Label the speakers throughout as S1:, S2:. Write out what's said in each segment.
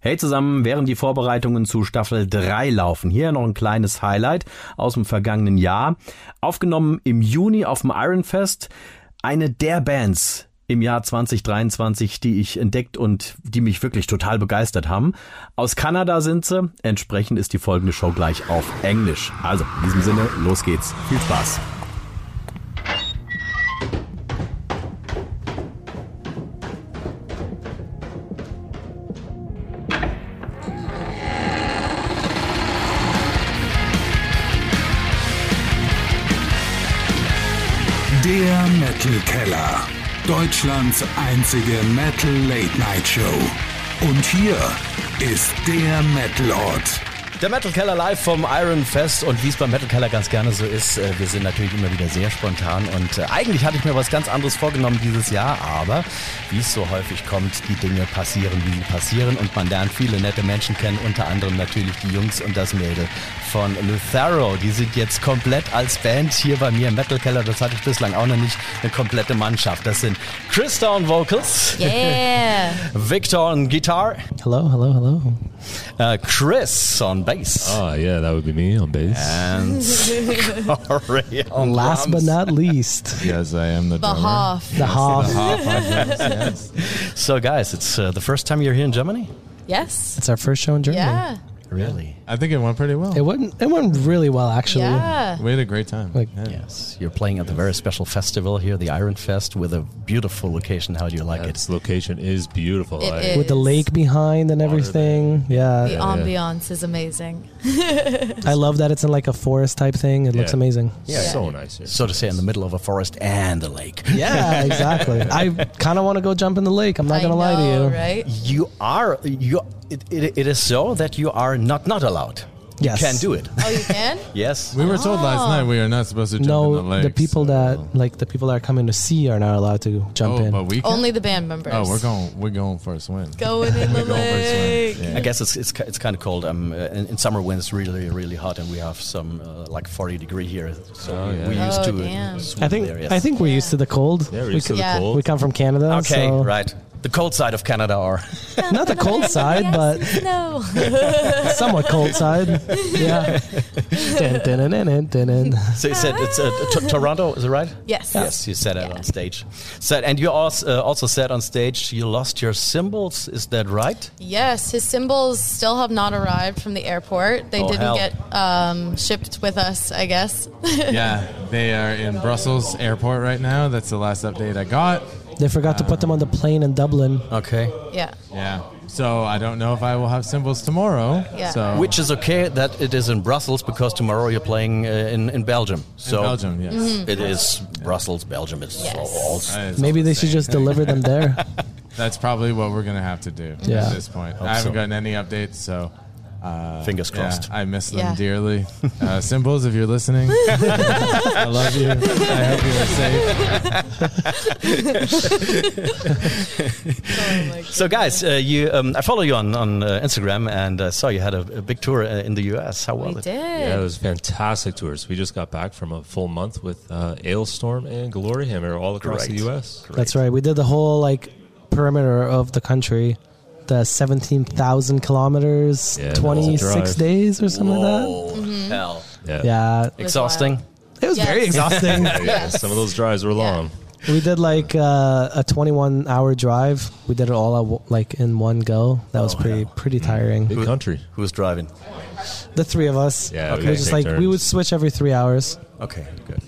S1: Hey zusammen, während die Vorbereitungen zu Staffel 3 laufen, hier noch ein kleines Highlight aus dem vergangenen Jahr. Aufgenommen im Juni auf dem Ironfest. Eine der Bands im Jahr 2023, die ich entdeckt und die mich wirklich total begeistert haben. Aus Kanada sind sie. Entsprechend ist die folgende Show gleich auf Englisch. Also, in diesem Sinne, los geht's. Viel Spaß.
S2: Der Metal Keller. Deutschlands einzige Metal Late Night Show. Und hier ist der Metalort.
S1: Der Metal Keller live vom Iron Fest und wie es beim Metal Keller ganz gerne so ist, äh, wir sind natürlich immer wieder sehr spontan und äh, eigentlich hatte ich mir was ganz anderes vorgenommen dieses Jahr, aber wie es so häufig kommt, die Dinge passieren, wie sie passieren und man lernt viele nette Menschen kennen, unter anderem natürlich die Jungs und das Mädel von Luthero. Die sind jetzt komplett als Band hier bei mir im Metal Keller, das hatte ich bislang auch noch nicht, eine komplette Mannschaft. Das sind Chris Down Vocals,
S3: Yeah.
S1: Victor on Guitar,
S4: Hello, hello, hello.
S1: äh, Chris on Bass.
S5: Oh yeah, that would be me on bass.
S1: And Corey on
S4: Oh, Last but
S1: drums.
S4: not least,
S5: yes, I am the
S3: The half.
S4: the half.
S1: So, guys, it's uh, the first time you're here in Germany.
S3: Yes.
S4: It's our first show in Germany.
S3: Yeah.
S1: Really?
S5: I think it went pretty well.
S4: It went it went really well actually.
S3: Yeah.
S5: we had a great time.
S4: Like-
S5: yeah.
S1: Yes. You're playing at the very special festival here, the Iron Fest, with a beautiful location. How do you like it?
S5: Its location is beautiful.
S3: It
S5: I-
S3: is.
S4: With the lake behind and everything.
S3: The
S4: Yeah.
S3: ambiance is amazing.
S4: I love that it's in like a forest type thing. It looks
S5: Yeah.
S4: amazing.
S5: Yeah,
S3: Yeah.
S5: so nice. Here.
S1: So to say, in the middle of a forest and a lake.
S4: Yeah, exactly. I kind of want to go jump in the lake. I'm not going to lie to you.
S3: Right?
S1: You are you. It, it, it is so that you are not not allowed.
S4: Yes.
S1: You can do it.
S3: Oh, you can?
S1: Yes.
S5: we were told last
S3: Ah.
S5: night we are not supposed to jump in
S4: No,
S5: the lake.
S4: the people
S5: so-
S4: that like the people that are coming to see are not allowed to jump
S5: Oh,
S4: in.
S5: but we can.
S3: Only the band members.
S5: Oh, we're going. We're going for a swim.
S3: Going in the
S5: We're going for a
S3: lake.
S5: swim.
S1: I
S5: Yeah.
S1: guess it's it's, ki- it's kind of cold. Um, uh, in, in summer when it's really really hot and we have some uh, like 40 degree here, so
S5: Oh,
S1: we-
S5: yeah.
S1: we used
S3: Oh,
S1: to uh,
S3: damn.
S1: swim
S4: I think
S1: there. Yes.
S4: I think we're used to the cold.
S5: Yeah, we're
S4: we,
S5: used to the
S3: Yeah.
S5: cold.
S4: we come from Canada.
S1: Okay,
S4: so-
S1: right. The cold side of Canada, or
S4: Not the cold side, but
S3: No.
S4: somewhat cold side. Yeah. Dun, dun, dun, dun, dun, dun.
S1: so you said it's uh, t- Toronto, is it right?
S3: yes.
S1: Yes, you said it
S3: Yeah.
S1: on stage. Said, and you also, uh, also said on stage you lost your symbols. Is that right?
S3: Yes, his symbols still have not arrived from the airport. They
S1: Oh,
S3: didn't
S1: hell.
S3: get um, shipped with us, I guess.
S5: yeah, they are in Brussels airport right now. That's the last update I got.
S4: They forgot to put them on the plane in Dublin.
S1: Okay.
S3: yeah.
S5: Yeah. So I don't know if I will have symbols tomorrow.
S3: Yeah.
S5: So
S1: Which is okay that it is in Brussels because tomorrow you're playing uh, in in Belgium.
S5: in
S1: So
S5: Belgium? Yes.
S3: Mm-hmm.
S1: It is Brussels, Belgium. It's
S3: Yes.
S1: all,
S5: Uh, it's
S4: Maybe
S5: all
S4: they
S5: the
S4: should
S5: same.
S4: just deliver them there.
S5: That's probably what we're gonna have to do
S4: Yeah.
S5: at this point.
S1: Hope
S5: I haven't
S1: so.
S5: gotten any updates, so uh,
S1: Fingers
S5: yeah,
S1: crossed.
S5: I miss them
S3: Yeah.
S5: dearly. Uh, symbols, if you're listening, I love you. I hope you are safe.
S3: Oh, my
S1: So, guys, uh, you um, I follow you on on uh, Instagram and uh, saw you had a, a big tour uh, in the U.S. How was
S3: we
S1: it?
S3: did.
S6: Yeah, it was fantastic tours. We just got back from a full month with uh, Ailstorm and Gloryhammer all across
S1: Great.
S6: the U.S.
S4: That's right. We did the whole like perimeter of the country, the seventeen thousand kilometers,
S6: Yeah, that was a
S4: twenty six
S6: drive.
S4: days or something like
S1: Whoa, Oh,
S3: Mm-hmm.
S1: hell,
S6: Yeah.
S4: that. Yeah,
S1: exhausting.
S4: it was
S3: Yes.
S4: very exhausting.
S6: Yeah, Some of those drives were long.
S4: we did like uh, a twenty one hour drive. We did it all at, w- like in one go. That
S6: Oh,
S4: was pretty
S6: Mm.
S4: pretty tiring.
S6: Big country.
S1: Who was driving?
S4: The three of us.
S6: Yeah,
S4: we
S6: we
S4: were
S6: gotta
S4: just
S6: take
S4: like we
S6: turns.
S4: would switch every three hours.
S1: Okay, good.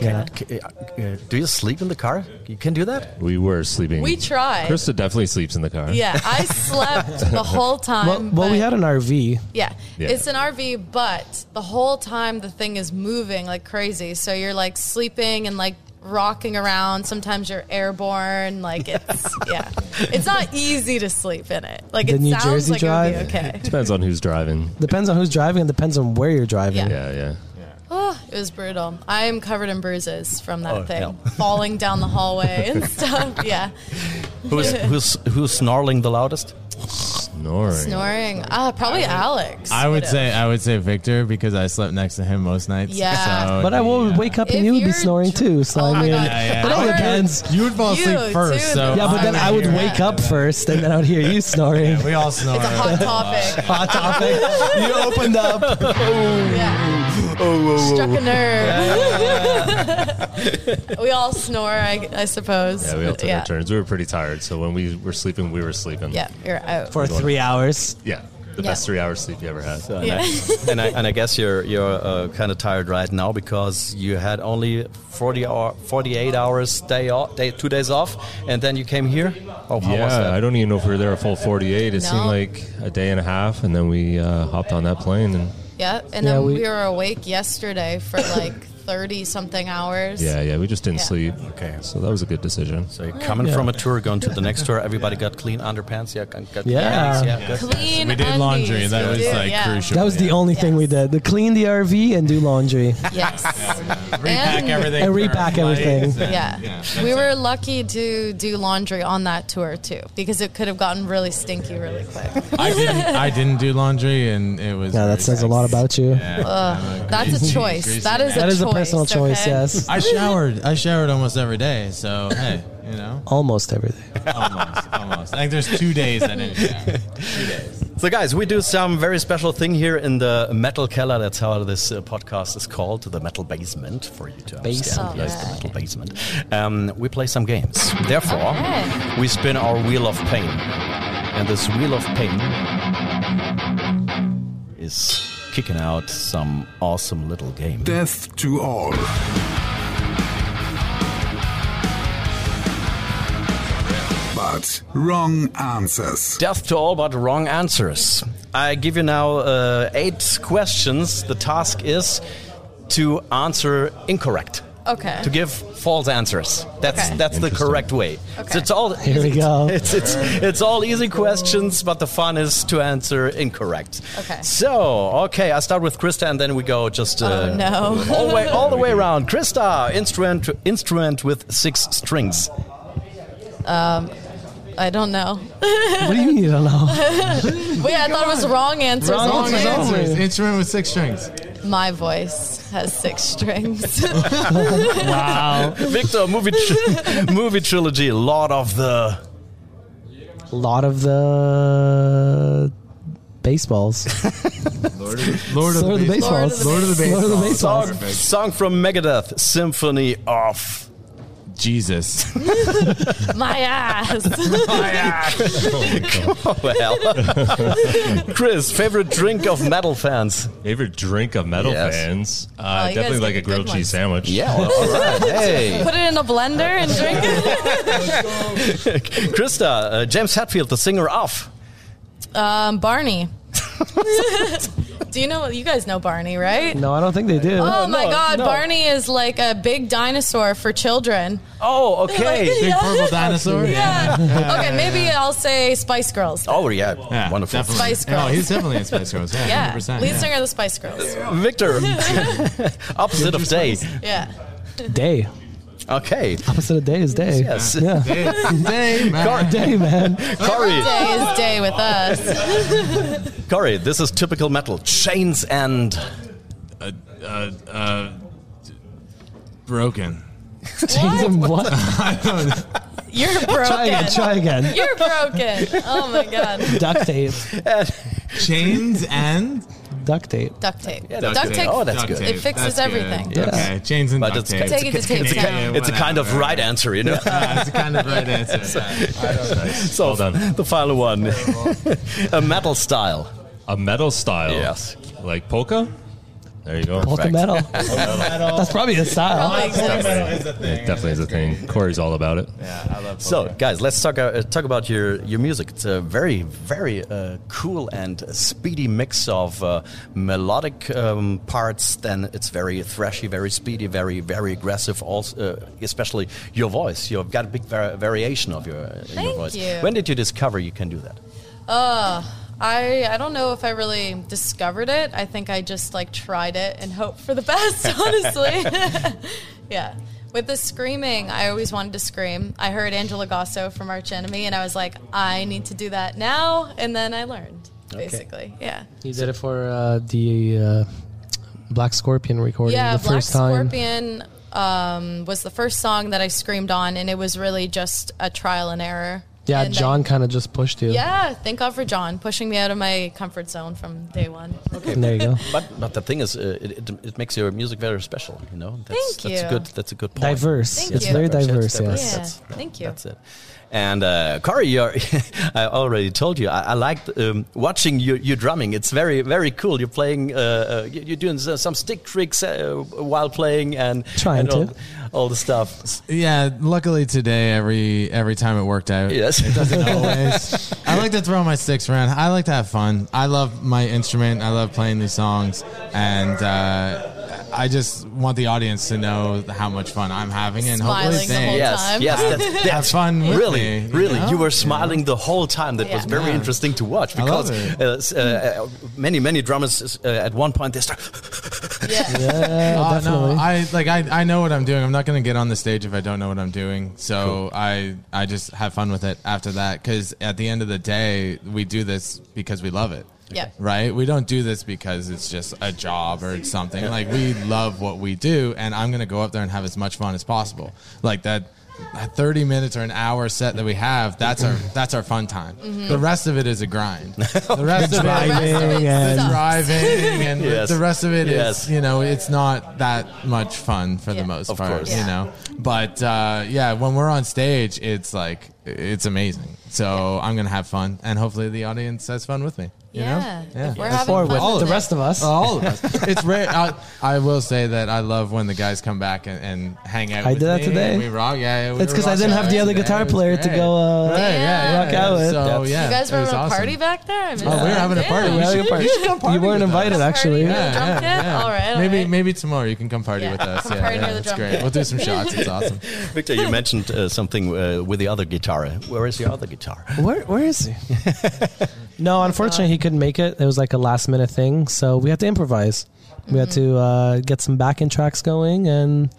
S4: Yeah.
S1: C- uh, uh, Do you sleep in the car? You can do that.
S6: We were sleeping.
S3: We tried.
S6: Krista definitely sleeps in the car.
S3: Yeah, I slept the whole time.
S4: Well, well, we
S3: but-
S4: had an RV.
S3: Yeah.
S6: Yeah.
S3: It's an RV, but the whole time the thing is moving like crazy. So you're like sleeping and like rocking around. Sometimes you're airborne. Like it's, yeah. It's not easy to sleep in it. Like
S4: The
S3: it
S4: New
S3: sounds
S4: Jersey
S3: like it
S4: drive?
S3: would be okay.
S6: Depends on who's driving.
S4: Depends on who's driving and depends on where you're driving.
S3: Yeah.
S6: Yeah, yeah.
S3: Oh, it was brutal. I am covered in bruises from that
S1: Oh,
S3: thing,
S1: hell.
S3: falling down the hallway and stuff. Yeah.
S1: Who's who's who's snarling the loudest?
S6: snoring.
S3: Snoring. Ah, probably Alex.
S5: I would
S3: would've.
S5: say I would say Victor because I slept next to him most nights.
S3: Yeah.
S5: so-
S4: But I will wake up and
S3: If
S4: you would be
S3: you're
S4: snoring
S3: dr-
S4: too. So
S3: Oh
S4: I
S3: my
S4: mean,
S3: God.
S4: it all
S3: I heard-
S4: depends.
S5: You would fall asleep
S3: You,
S5: first,
S3: too,
S5: so
S3: though.
S4: Yeah, but then I would
S3: Yeah.
S4: wake up first, and then I would hear you snoring.
S5: We all snore.
S3: It's a hot topic.
S4: Hot topic. You opened up.
S3: yeah. Struck a nerve. we all snore, I, I suppose.
S6: Yeah, we all took
S3: yeah.
S6: our turns. We were pretty tired, so when we were sleeping, we were sleeping.
S3: Yeah, you're out.
S4: for three hours.
S6: Yeah. The
S3: Yeah.
S6: best three hours sleep you ever had.
S1: And, I, and, I, and I guess you're you're uh, kind of tired right now because you had only 40 hour, 48 hours day off, day, two days off, and then you came here. Oh, how was
S6: yeah,
S1: that?
S6: I don't even know if we were there a full 48. It seemed
S3: No.
S6: like a day and a half, and then we uh, hopped on that plane. And
S3: Yeah, and
S4: Yeah,
S3: then
S4: we-
S3: we, were awake yesterday for like 30 something hours.
S6: yeah, yeah, we just didn't
S3: Yeah.
S6: sleep. Okay. So that was a good decision.
S1: So you're coming from a tour, going to the next tour. Everybody got clean underpants. Yeah, got got clean
S4: Yeah.
S1: undies, yeah, good.
S3: Clean
S5: We did laundry.
S3: undies,
S5: That
S3: you
S5: was
S3: do,
S5: like
S3: yeah.
S5: crucial.
S4: That was the only thing we did: to clean the RV and do laundry.
S3: Yes.
S5: Repack
S3: And-
S5: everything.
S4: And repack
S5: for our flight.
S4: everything.
S3: Yeah. we were lucky to do laundry on that tour too because it could have gotten really stinky really quick.
S5: I didn't, I didn't do laundry, and it was.
S4: Yeah,
S5: very
S4: that says a lot
S5: sexy.
S4: about you.
S5: Yeah.
S3: That's a choice. That is a
S4: That
S3: choice.
S4: is a personal choice.
S3: okay?
S4: Yes,
S5: I showered. I showered almost every day. So hey, you know,
S4: almost everything.
S5: almost, almost. I think there's two days I didn't shower. Two days.
S1: So, guys, we do some very special thing here in the Metal Keller. That's how this uh, podcast is called, the Metal Basement, for you to understand.
S3: Basement. Oh,
S1: Yes, the Metal Basement. Um, we play some games. Therefore,
S3: Okay.
S1: we spin our Wheel of Pain. And this Wheel of Pain is kicking out some awesome little game.
S2: Death to all. But wrong answers.
S1: Death to all but wrong answers. I give you now uh, eight questions. The task is to answer incorrect.
S3: Okay.
S1: To give false answers. That's
S3: Okay.
S1: that's the
S6: Interesting.
S1: correct way. So
S3: Okay.
S1: it's all
S4: Here we go.
S1: It's it's it's all easy questions, but the fun is to answer incorrect.
S3: Okay.
S1: So okay, I start with Krista, and then we go just uh,
S3: Oh, no.
S1: all the way all the way around. Krista, instrument instrument with six strings.
S3: I don't know.
S4: What do you mean? I don't know.
S3: Wait, I thought it was wrong answers.
S4: Wrong
S5: All
S3: only.
S5: the
S4: answers.
S5: answers. Instrument with six strings.
S3: My voice has six strings.
S4: Wow.
S1: Victor, movie tr- movie trilogy, Lord of the
S4: A lot of the baseballs.
S5: Lord of, Lord
S4: Lord of the baseballs.
S3: Lord of the
S4: Lord of the
S1: song,
S4: baseballs.
S1: song from Megadeth, Symphony of.
S5: Jesus.
S3: My ass.
S1: Well, oh, Chris, favorite drink of metal fans?
S6: Favorite drink of metal
S1: Yes.
S6: fans?
S3: Oh,
S6: Uh,
S3: you
S6: definitely
S3: guys
S6: like
S3: get
S6: a
S3: the
S6: grilled
S3: good
S6: cheese
S3: ones.
S6: sandwich.
S1: Yeah, well, all right. Hey,
S3: Put it in a blender and drink it.
S1: Krista, uh, James Hetfield, the singer of.
S3: Um, Barney. Do you know? You guys know Barney, right?
S4: No, I don't think they do.
S3: Oh my
S1: no,
S3: God,
S1: no.
S3: Barney is like a big dinosaur for children.
S1: Oh, okay.
S5: Big purple dinosaur.
S3: Yeah. okay, maybe I'll say Spice Girls.
S1: Oh yeah,
S5: Yeah,
S1: wonderful.
S5: definitely.
S3: Spice
S5: No,
S3: Girls.
S5: Oh, he's definitely in Spice Girls. Yeah,
S3: Yeah,
S5: 100%.
S3: lead
S5: yeah.
S3: singer of the Spice Girls.
S1: Victor, opposite of day.
S3: Yeah.
S4: Day.
S1: Okay.
S4: Opposite of day is day.
S1: Yes.
S4: Yeah.
S5: Day, man.
S4: Day, man.
S1: Corey,
S3: Day is day with us.
S1: Corey, this is typical metal. Chains and
S5: Uh, uh, uh, broken.
S4: Change them what?
S3: You're
S4: Try
S3: broken.
S4: again. Try again.
S3: You're broken. Oh my God.
S4: Duct tape.
S5: Chains and
S4: Duct tape.
S3: Duct tape.
S1: Yeah,
S3: duct tape.
S1: Oh, that's
S5: duct
S1: good.
S5: tape.
S3: It fixes
S5: That's good.
S3: everything.
S5: Yeah. Okay, chains and
S1: But
S5: duct
S1: it's-
S5: tape.
S3: Take it to tape
S1: it's,
S3: town.
S1: a, it's a kind of
S5: Whatever.
S1: right answer, you know.
S5: Yeah, it's a kind of right answer. yeah.
S1: So
S6: Well done.
S1: the final one, a metal style.
S6: A metal style.
S1: Yes.
S6: Like polka? There you go.
S4: Polka
S1: Perfect.
S4: metal. That's probably a style.
S3: Probably exists.
S6: It definitely is a thing. Corey's all about it.
S1: So, guys, let's talk uh, talk about your your music. It's a very very uh, cool and speedy mix of uh, melodic um, parts. Then it's very thrashy, very speedy, very very aggressive. Also, uh, especially your voice. You've got a big var- variation of your uh, your
S3: Thank
S1: voice.
S3: you.
S1: When did you discover you can do that?
S3: Uh, I I don't know if I really discovered it. I think I just like tried it and hoped for the best, honestly. yeah. With the screaming, I always wanted to scream. I heard Angela Gosso from Arch Enemy, and I was like, I need to do that now. And then I learned, basically. Yeah.
S4: You did it for uh, the uh, Black Scorpion recording
S3: Yeah,
S4: the
S3: Black
S4: first time.
S3: Scorpion um, was the first song that I screamed on, and it was really just a trial and error.
S4: Yeah,
S3: And
S4: John kind of just pushed you.
S3: I- yeah, thank God for John pushing me out of my comfort zone from day one.
S4: And there you go.
S1: But but the thing is, uh, it, it, it makes your music very special. You know, that's,
S3: Thank
S1: that's
S3: you.
S1: A good. That's a good point.
S4: Diverse.
S3: Thank
S4: it's
S3: you.
S4: very
S1: Diverse,
S4: diverse.
S1: diverse.
S4: Yes.
S3: Yeah.
S1: That's-
S3: Thank you.
S1: That's it. And uh, Corey, you're, I already told you, I, I liked um, watching you, you drumming. It's very, very cool. You're playing, uh, uh, you- you're doing s- some stick tricks uh, while playing and
S4: Trying
S1: and all,
S4: to.
S1: all the stuff.
S5: Yeah, luckily today every every time it worked out.
S1: Yes.
S5: It doesn't always. I like to throw my sticks around. I like to have fun. I love my instrument. I love playing these songs, and uh, I just want the audience to know how much fun I'm having and hopefully
S3: Smiling the whole
S1: Yes,
S5: saying,
S3: time.
S1: yes, that's,
S5: "Have
S1: that's
S5: fun with
S1: really,
S5: me,"
S1: really.
S5: know?
S1: You were smiling the whole time. That was
S3: Yeah.
S1: very
S5: Yeah.
S1: interesting to watch
S5: I love
S1: because
S5: it.
S1: uh, s- uh, uh, many, many drummers uh, at one point they start.
S3: Yeah.
S4: Yeah,
S5: Oh,
S4: Uh, definitely.
S5: No, I like I, I know what I'm doing. I'm not going to get on the stage if I don't know what I'm doing. So I I just have fun with it after that because at the end of the day we do this because we love it.
S3: Yeah.
S5: Right? We don't do this because it's just a job or it's something. Like we love what we do, and I'm going to go up there and have as much fun as possible. Like that. that 30 minutes or an hour set that we have that's our that's our fun time
S3: Mm-hmm.
S5: the rest of it is a grind the rest
S3: The
S5: of it
S3: rest of it
S4: and-
S3: sucks.
S5: driving and
S1: Yes.
S5: the rest of it is
S1: Yes.
S5: you know it's not that much fun for
S3: Yeah.
S5: the most
S1: Of
S5: part
S1: course.
S5: you
S3: Yeah.
S5: know but uh, yeah when we're on stage it's like it's amazing so i'm gonna have fun and hopefully the audience has fun with me you
S3: Yeah.
S5: know yeah
S3: If we're
S4: Or
S3: having
S4: with
S3: fun
S4: the
S3: with it.
S4: rest of us.
S5: all of us. It's rare. I, I will say that I love when the guys come back and, and hang out.
S4: I
S5: with
S4: did that
S5: me.
S4: today.
S5: We rock. Yeah, we
S4: It's
S5: were
S4: 'cause I
S5: rocking
S4: didn't
S5: out
S4: have the other
S5: today.
S4: guitar
S5: It was
S4: player to
S5: great.
S4: go, uh,
S5: Right, yeah,
S3: Yeah.
S5: yeah,
S4: rock out with.
S5: So
S1: That's-
S5: yeah,
S3: You guys were
S5: it
S3: having
S5: was
S3: a
S5: awesome.
S3: party back there? I missed
S5: Oh, we were
S3: that.
S5: having a
S3: Yeah.
S5: party.
S4: We were having a party. you weren't invited,
S3: Party?
S4: actually.
S3: Yeah. drunk yet? All right, all
S5: maybe
S3: right.
S5: maybe tomorrow you can come party
S3: Yeah.
S5: with us.
S3: Come
S5: Yeah,
S3: party
S5: yeah,
S3: with the
S5: that's
S3: drum
S5: great.
S3: kit.
S5: We'll do some shots. It's awesome.
S1: Victor, you mentioned uh, something uh, with the other guitar. Where is your other guitar?
S4: Where where is he? no, unfortunately, he couldn't make it. It was like a last minute thing, so we had to improvise. We had
S3: Mm-hmm.
S4: to uh, get some backing tracks going, and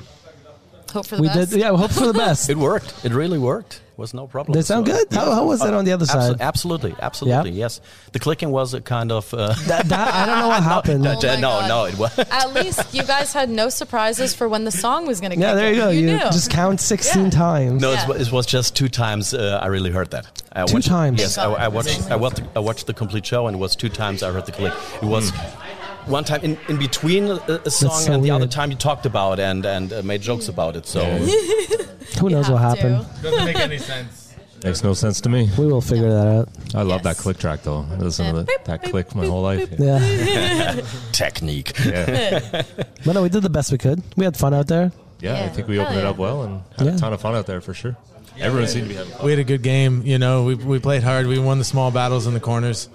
S3: Hope for the
S4: we
S3: best.
S4: did. Yeah, we hope for the best.
S1: It worked. It really worked. Was no problem.
S4: They sound
S1: So- uh,
S4: good. How, how was that on the other
S1: Abso-
S4: side?
S1: absolutely, absolutely,
S4: Yeah.
S1: yes. The clicking was a kind of uh,
S4: That, Oh that- I don't know what happened.
S1: no,
S3: my
S1: no,
S3: God.
S1: no, it was.
S3: At least you guys had no surprises for when the song was going to
S4: yeah, there you go.
S3: You,
S4: You,
S3: knew.
S4: just count sixteen
S3: Yeah.
S4: times.
S1: No,
S3: Yeah.
S1: it, was, it was just two times. Uh, I really heard that. I
S4: Two times?
S1: Yes, I,
S3: Thank God.
S1: I watched. I watched. I watched the complete show, and it was two times I heard the click. It was. One time in, in between uh, a, a song
S4: so
S1: and the other
S4: weird.
S1: time you talked about and and uh, made jokes about it. So
S4: Who knows what
S3: Have to.
S4: happened?
S5: Doesn't make any sense.
S6: Makes no sense to me.
S4: We will figure that out.
S6: I love
S3: Yes.
S6: that click track though. I listen to
S3: Yeah.
S6: that, that click my whole life.
S4: Yeah,
S1: technique.
S4: but no, we did the best we could. We had fun out there.
S6: Yeah, I
S3: Yeah.
S6: think we
S3: Hell
S6: opened it
S3: yeah.
S6: up well and had
S4: Yeah.
S6: a ton of fun out there for sure. Everyone seemed to be having fun.
S5: We had a good game. You know, we we played hard. We won the small battles in the corners.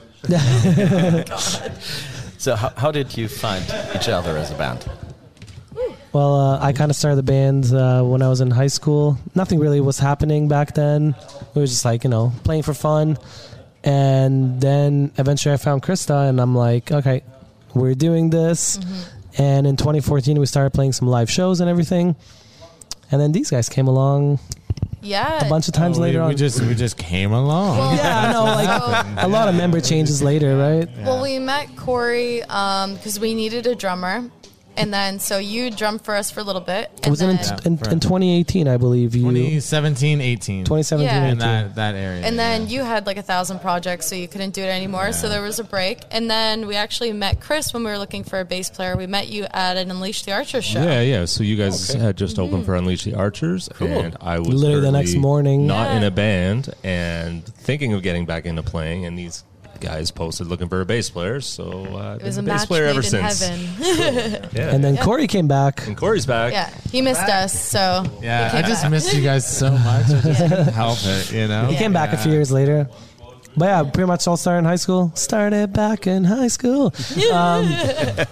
S1: So how, how did you find each other as a band?
S4: Well, uh, I kind of started the band uh, when I was in high school. Nothing really was happening back then. We were just like, you know, playing for fun. And then eventually I found Krista, and I'm like, okay, we're doing this.
S3: Mm-hmm.
S4: And in 2014, we started playing some live shows and everything. And then these guys came along
S3: Yeah.
S4: a bunch of times
S5: Oh, we-
S4: later
S5: we,
S4: on.
S5: just we just came along.
S3: Well,
S4: yeah, I know, like
S3: Oh.
S4: a lot of member changes later, right?
S3: Well, we met Corey because we needed a drummer. And then, so you drummed for us for a little bit. And
S4: It was in,
S3: then,
S4: in, in 2018, I believe. You
S5: 2017, 18.
S4: 2017.
S3: Yeah.
S5: in that that area.
S3: And
S5: yeah.
S3: then you had like a thousand projects, so you couldn't do it anymore. So there was a break. And then we actually met Chris when we were looking for a bass player. We met you at an Unleash the Archer show.
S6: Yeah, yeah. So you guys had just
S3: Mm-hmm.
S6: opened for Unleash the Archers, and I was
S4: Literally the next
S6: currently
S4: morning.
S6: not
S3: Yeah.
S6: in a band and thinking of getting back into playing. And these guys posted looking for a bass player, so uh, I've
S3: It was a
S6: been a bass
S3: match
S6: player
S3: made
S6: ever
S3: in
S6: since.
S3: heaven.
S6: Yeah.
S4: And then Corey came back.
S6: And Corey's back.
S3: yeah, he missed us, so
S5: yeah,
S3: we
S5: I
S3: came
S5: just
S3: back.
S5: missed you guys so much. I just couldn't help it, you know.
S4: He came back a few years later. But yeah, pretty much all started in high school. Started back in high school. Um,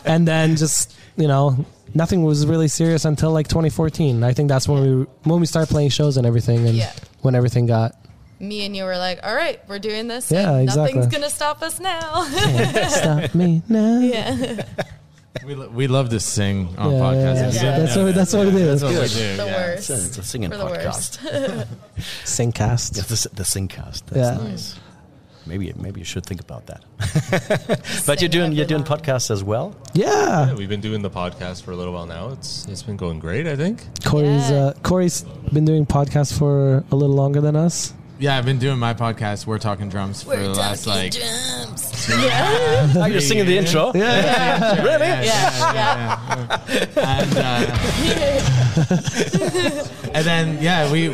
S4: and then just, you know, nothing was really serious until like 2014. I think that's when we when we started playing shows and everything and
S3: Yeah.
S4: when everything got.
S3: me and you were like, "All right, we're doing this.
S4: Yeah,
S3: and
S4: exactly.
S3: Nothing's gonna stop us now."
S4: Stop me now.
S3: yeah.
S5: We, lo- we love to sing on
S4: Yeah,
S5: podcasts.
S4: yeah,
S5: If you
S4: yeah.
S5: didn't
S4: That's
S5: know
S4: what- that's what it is.
S5: That's what we do.
S3: The
S5: yeah.
S3: worst.
S1: It's a singing
S3: We're the
S1: podcast.
S4: Syncast.
S1: It's the, the Singcast. That's
S4: Yeah.
S1: nice. Maybe maybe you should think about that. but you're doing
S3: Sing
S1: you're doing
S3: every night.
S1: podcasts as well.
S4: Yeah.
S6: We've been doing the podcast for a little while now. It's it's been going great. I think.
S4: Corey's
S3: Yeah.
S4: uh, Corey's been doing podcasts for a little longer than us.
S5: Yeah, I've been doing my podcast. We're talking drums for the last like.
S3: drums. Yeah.
S1: Oh, you're singing the intro. Yeah. Really?
S3: Yeah.
S5: and, uh, and then yeah, we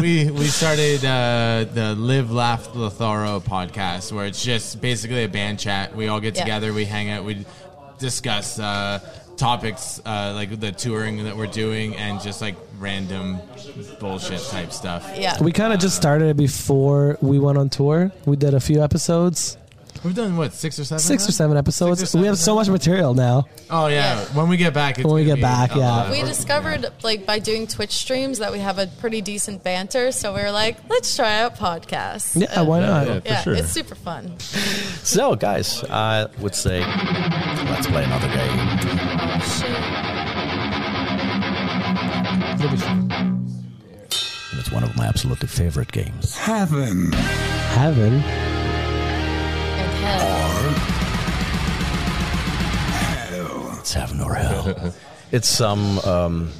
S5: we we started uh, the Live Laugh Lotharo podcast, where it's just basically a band chat. We all get
S3: Yeah.
S5: together, we hang out, we discuss uh, topics uh, like the touring that we're doing, and just like random bullshit type stuff.
S3: Yeah.
S4: We kind of just started it before we went on tour. We did a few episodes,
S5: We've done what six or seven?
S4: six
S5: now?
S4: or seven episodes.
S5: Six or
S4: we have
S5: seven,
S4: so
S5: huh?
S4: much material now.
S5: Oh yeah.
S3: Yeah.
S5: when we get back, it's
S4: When we
S5: gonna
S4: get
S5: be
S4: back,
S5: a
S4: yeah.
S5: lot.
S3: We
S5: We're-
S3: discovered like by doing Twitch streams that we have a pretty decent banter, so we were like, let's try out podcasts.
S4: Yeah, why not?
S6: for
S3: yeah,
S6: sure.
S3: it's super fun.
S1: So guys, I would say let's play another game. It's one of my absolutely favorite games.
S2: Heaven
S4: Heaven.
S3: And hell.
S1: It's heaven or hell. it's some um,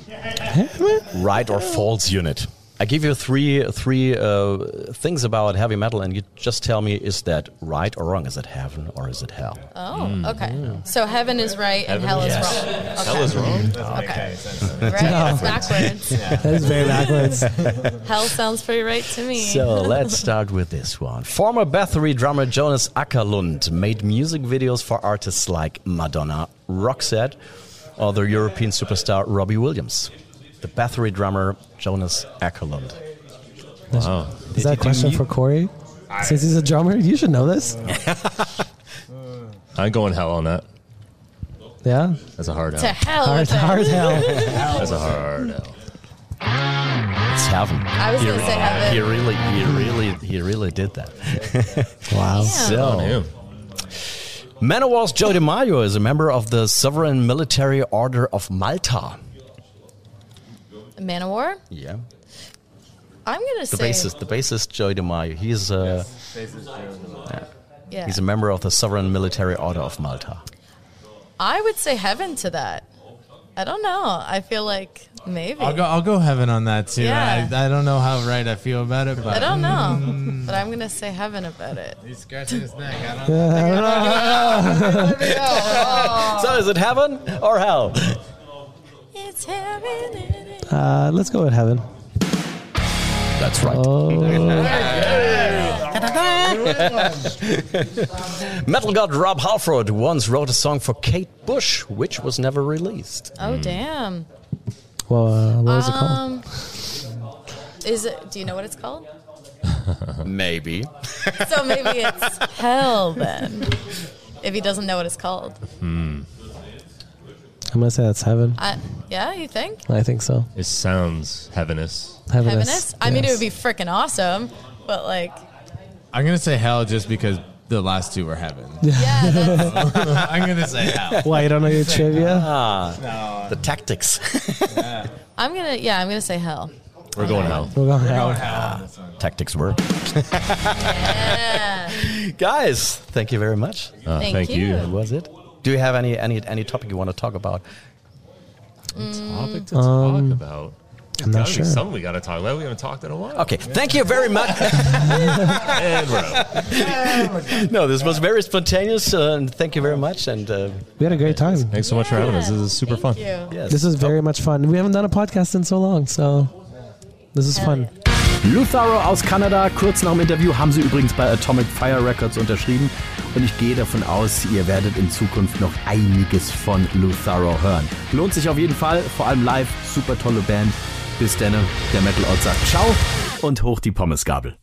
S1: right or false unit. I give you three three uh, things about heavy metal, and you just tell me is that right or wrong? Is it heaven or is it hell?
S3: Oh, okay. So heaven is right and
S6: Heaven
S3: hell is
S1: is- Yes.
S3: wrong. Okay.
S6: Hell is wrong.
S3: Okay. Right? It's backwards.
S4: That is very backwards.
S3: Hell sounds pretty right to me.
S1: So let's start with this one. Former Bathory drummer Jonas Ackerlund made music videos for artists like Madonna, Roxette, or the European superstar Robbie Williams. The Bathory drummer Jonas Ackerlund.
S6: Wow.
S4: Is that a question for Corey? Since he's a drummer, you should know this.
S6: I'm going hell on that.
S4: Yeah.
S6: That's a uh, hard
S3: to hell
S6: hell.
S4: Hard,
S3: with it.
S4: hard hell.
S6: That's a hard hell.
S1: It's heaven.
S3: I was
S1: He
S3: gonna
S1: re-
S3: say heaven.
S1: He really, he really, he really did that.
S4: Wow.
S3: Oh.
S1: So.
S6: Oh, Damn.
S1: Manowar's Joe DiMaggio is a member of the Sovereign Military Order of Malta.
S3: Man of War?
S1: Yeah.
S3: I'm going to
S1: The
S3: say.
S1: bassist, the bassist Joe DiMaggio. He's uh,
S3: Yeah.
S1: he's a member of the Sovereign Military Order of Malta.
S3: I would say heaven to that. I don't know. I feel like maybe.
S5: I'll go. I'll go heaven on that too.
S3: Yeah.
S5: I, I don't know how right I feel about it, but
S3: I don't know, but I'm gonna say heaven about it.
S5: He's scratching his neck. I don't
S1: So is it heaven or hell?
S3: It's heaven. in it.
S4: Uh, let's go with heaven.
S1: That's right. Metal god Rob Halford once wrote a song for Kate Bush, which was never released.
S3: Oh damn.
S4: Well, uh, what was it
S3: Um,
S4: called?
S3: Is it? Do you know what it's called?
S1: Maybe.
S3: So maybe it's hell then. If he doesn't know what it's called,
S4: I'm gonna say that's heaven.
S3: I, yeah, you think?
S4: I think so.
S6: It sounds heavenous.
S4: Heaven.
S3: Heavenous?
S4: is-
S3: I mean, it
S4: yes.
S3: would be freaking awesome, but like,
S5: I'm gonna say hell just because the last two were heaven.
S3: yeah, that's,
S5: I'm gonna say hell.
S4: Why you don't know your trivia?
S1: The tactics.
S3: I'm gonna, yeah, I'm gonna say hell.
S6: We're going hell.
S4: We're going hell.
S1: tactics were. Guys, thank you very much.
S6: Uh,
S3: Thank
S6: thank you.
S3: you.
S1: That was it. Do you have any any any topic you want to talk about?
S6: Topic to talk about.
S4: Um, I'm not
S6: Gotta be
S4: sure.
S6: Something we got to talk about. We haven't talked in a while.
S1: Okay, thank you very much.
S6: And we're out.
S1: no, this was very spontaneous, uh, and thank you very much. And uh,
S4: We had a great time.
S6: Thanks so much for having us. This is super fun.
S3: Thank you.
S1: yes.
S4: This is very much fun. We haven't done a podcast in so long, so this is fun.
S7: Lutharo aus Kanada, kurz nach dem Interview, haben sie übrigens bei Atomic Fire Records unterschrieben. Und ich gehe davon aus, ihr werdet in Zukunft noch einiges von Lutharo hören. Lohnt sich auf jeden Fall, vor allem live. Super tolle Band. Bis dann, der Metal Out sagt Ciao und hoch die Pommesgabel.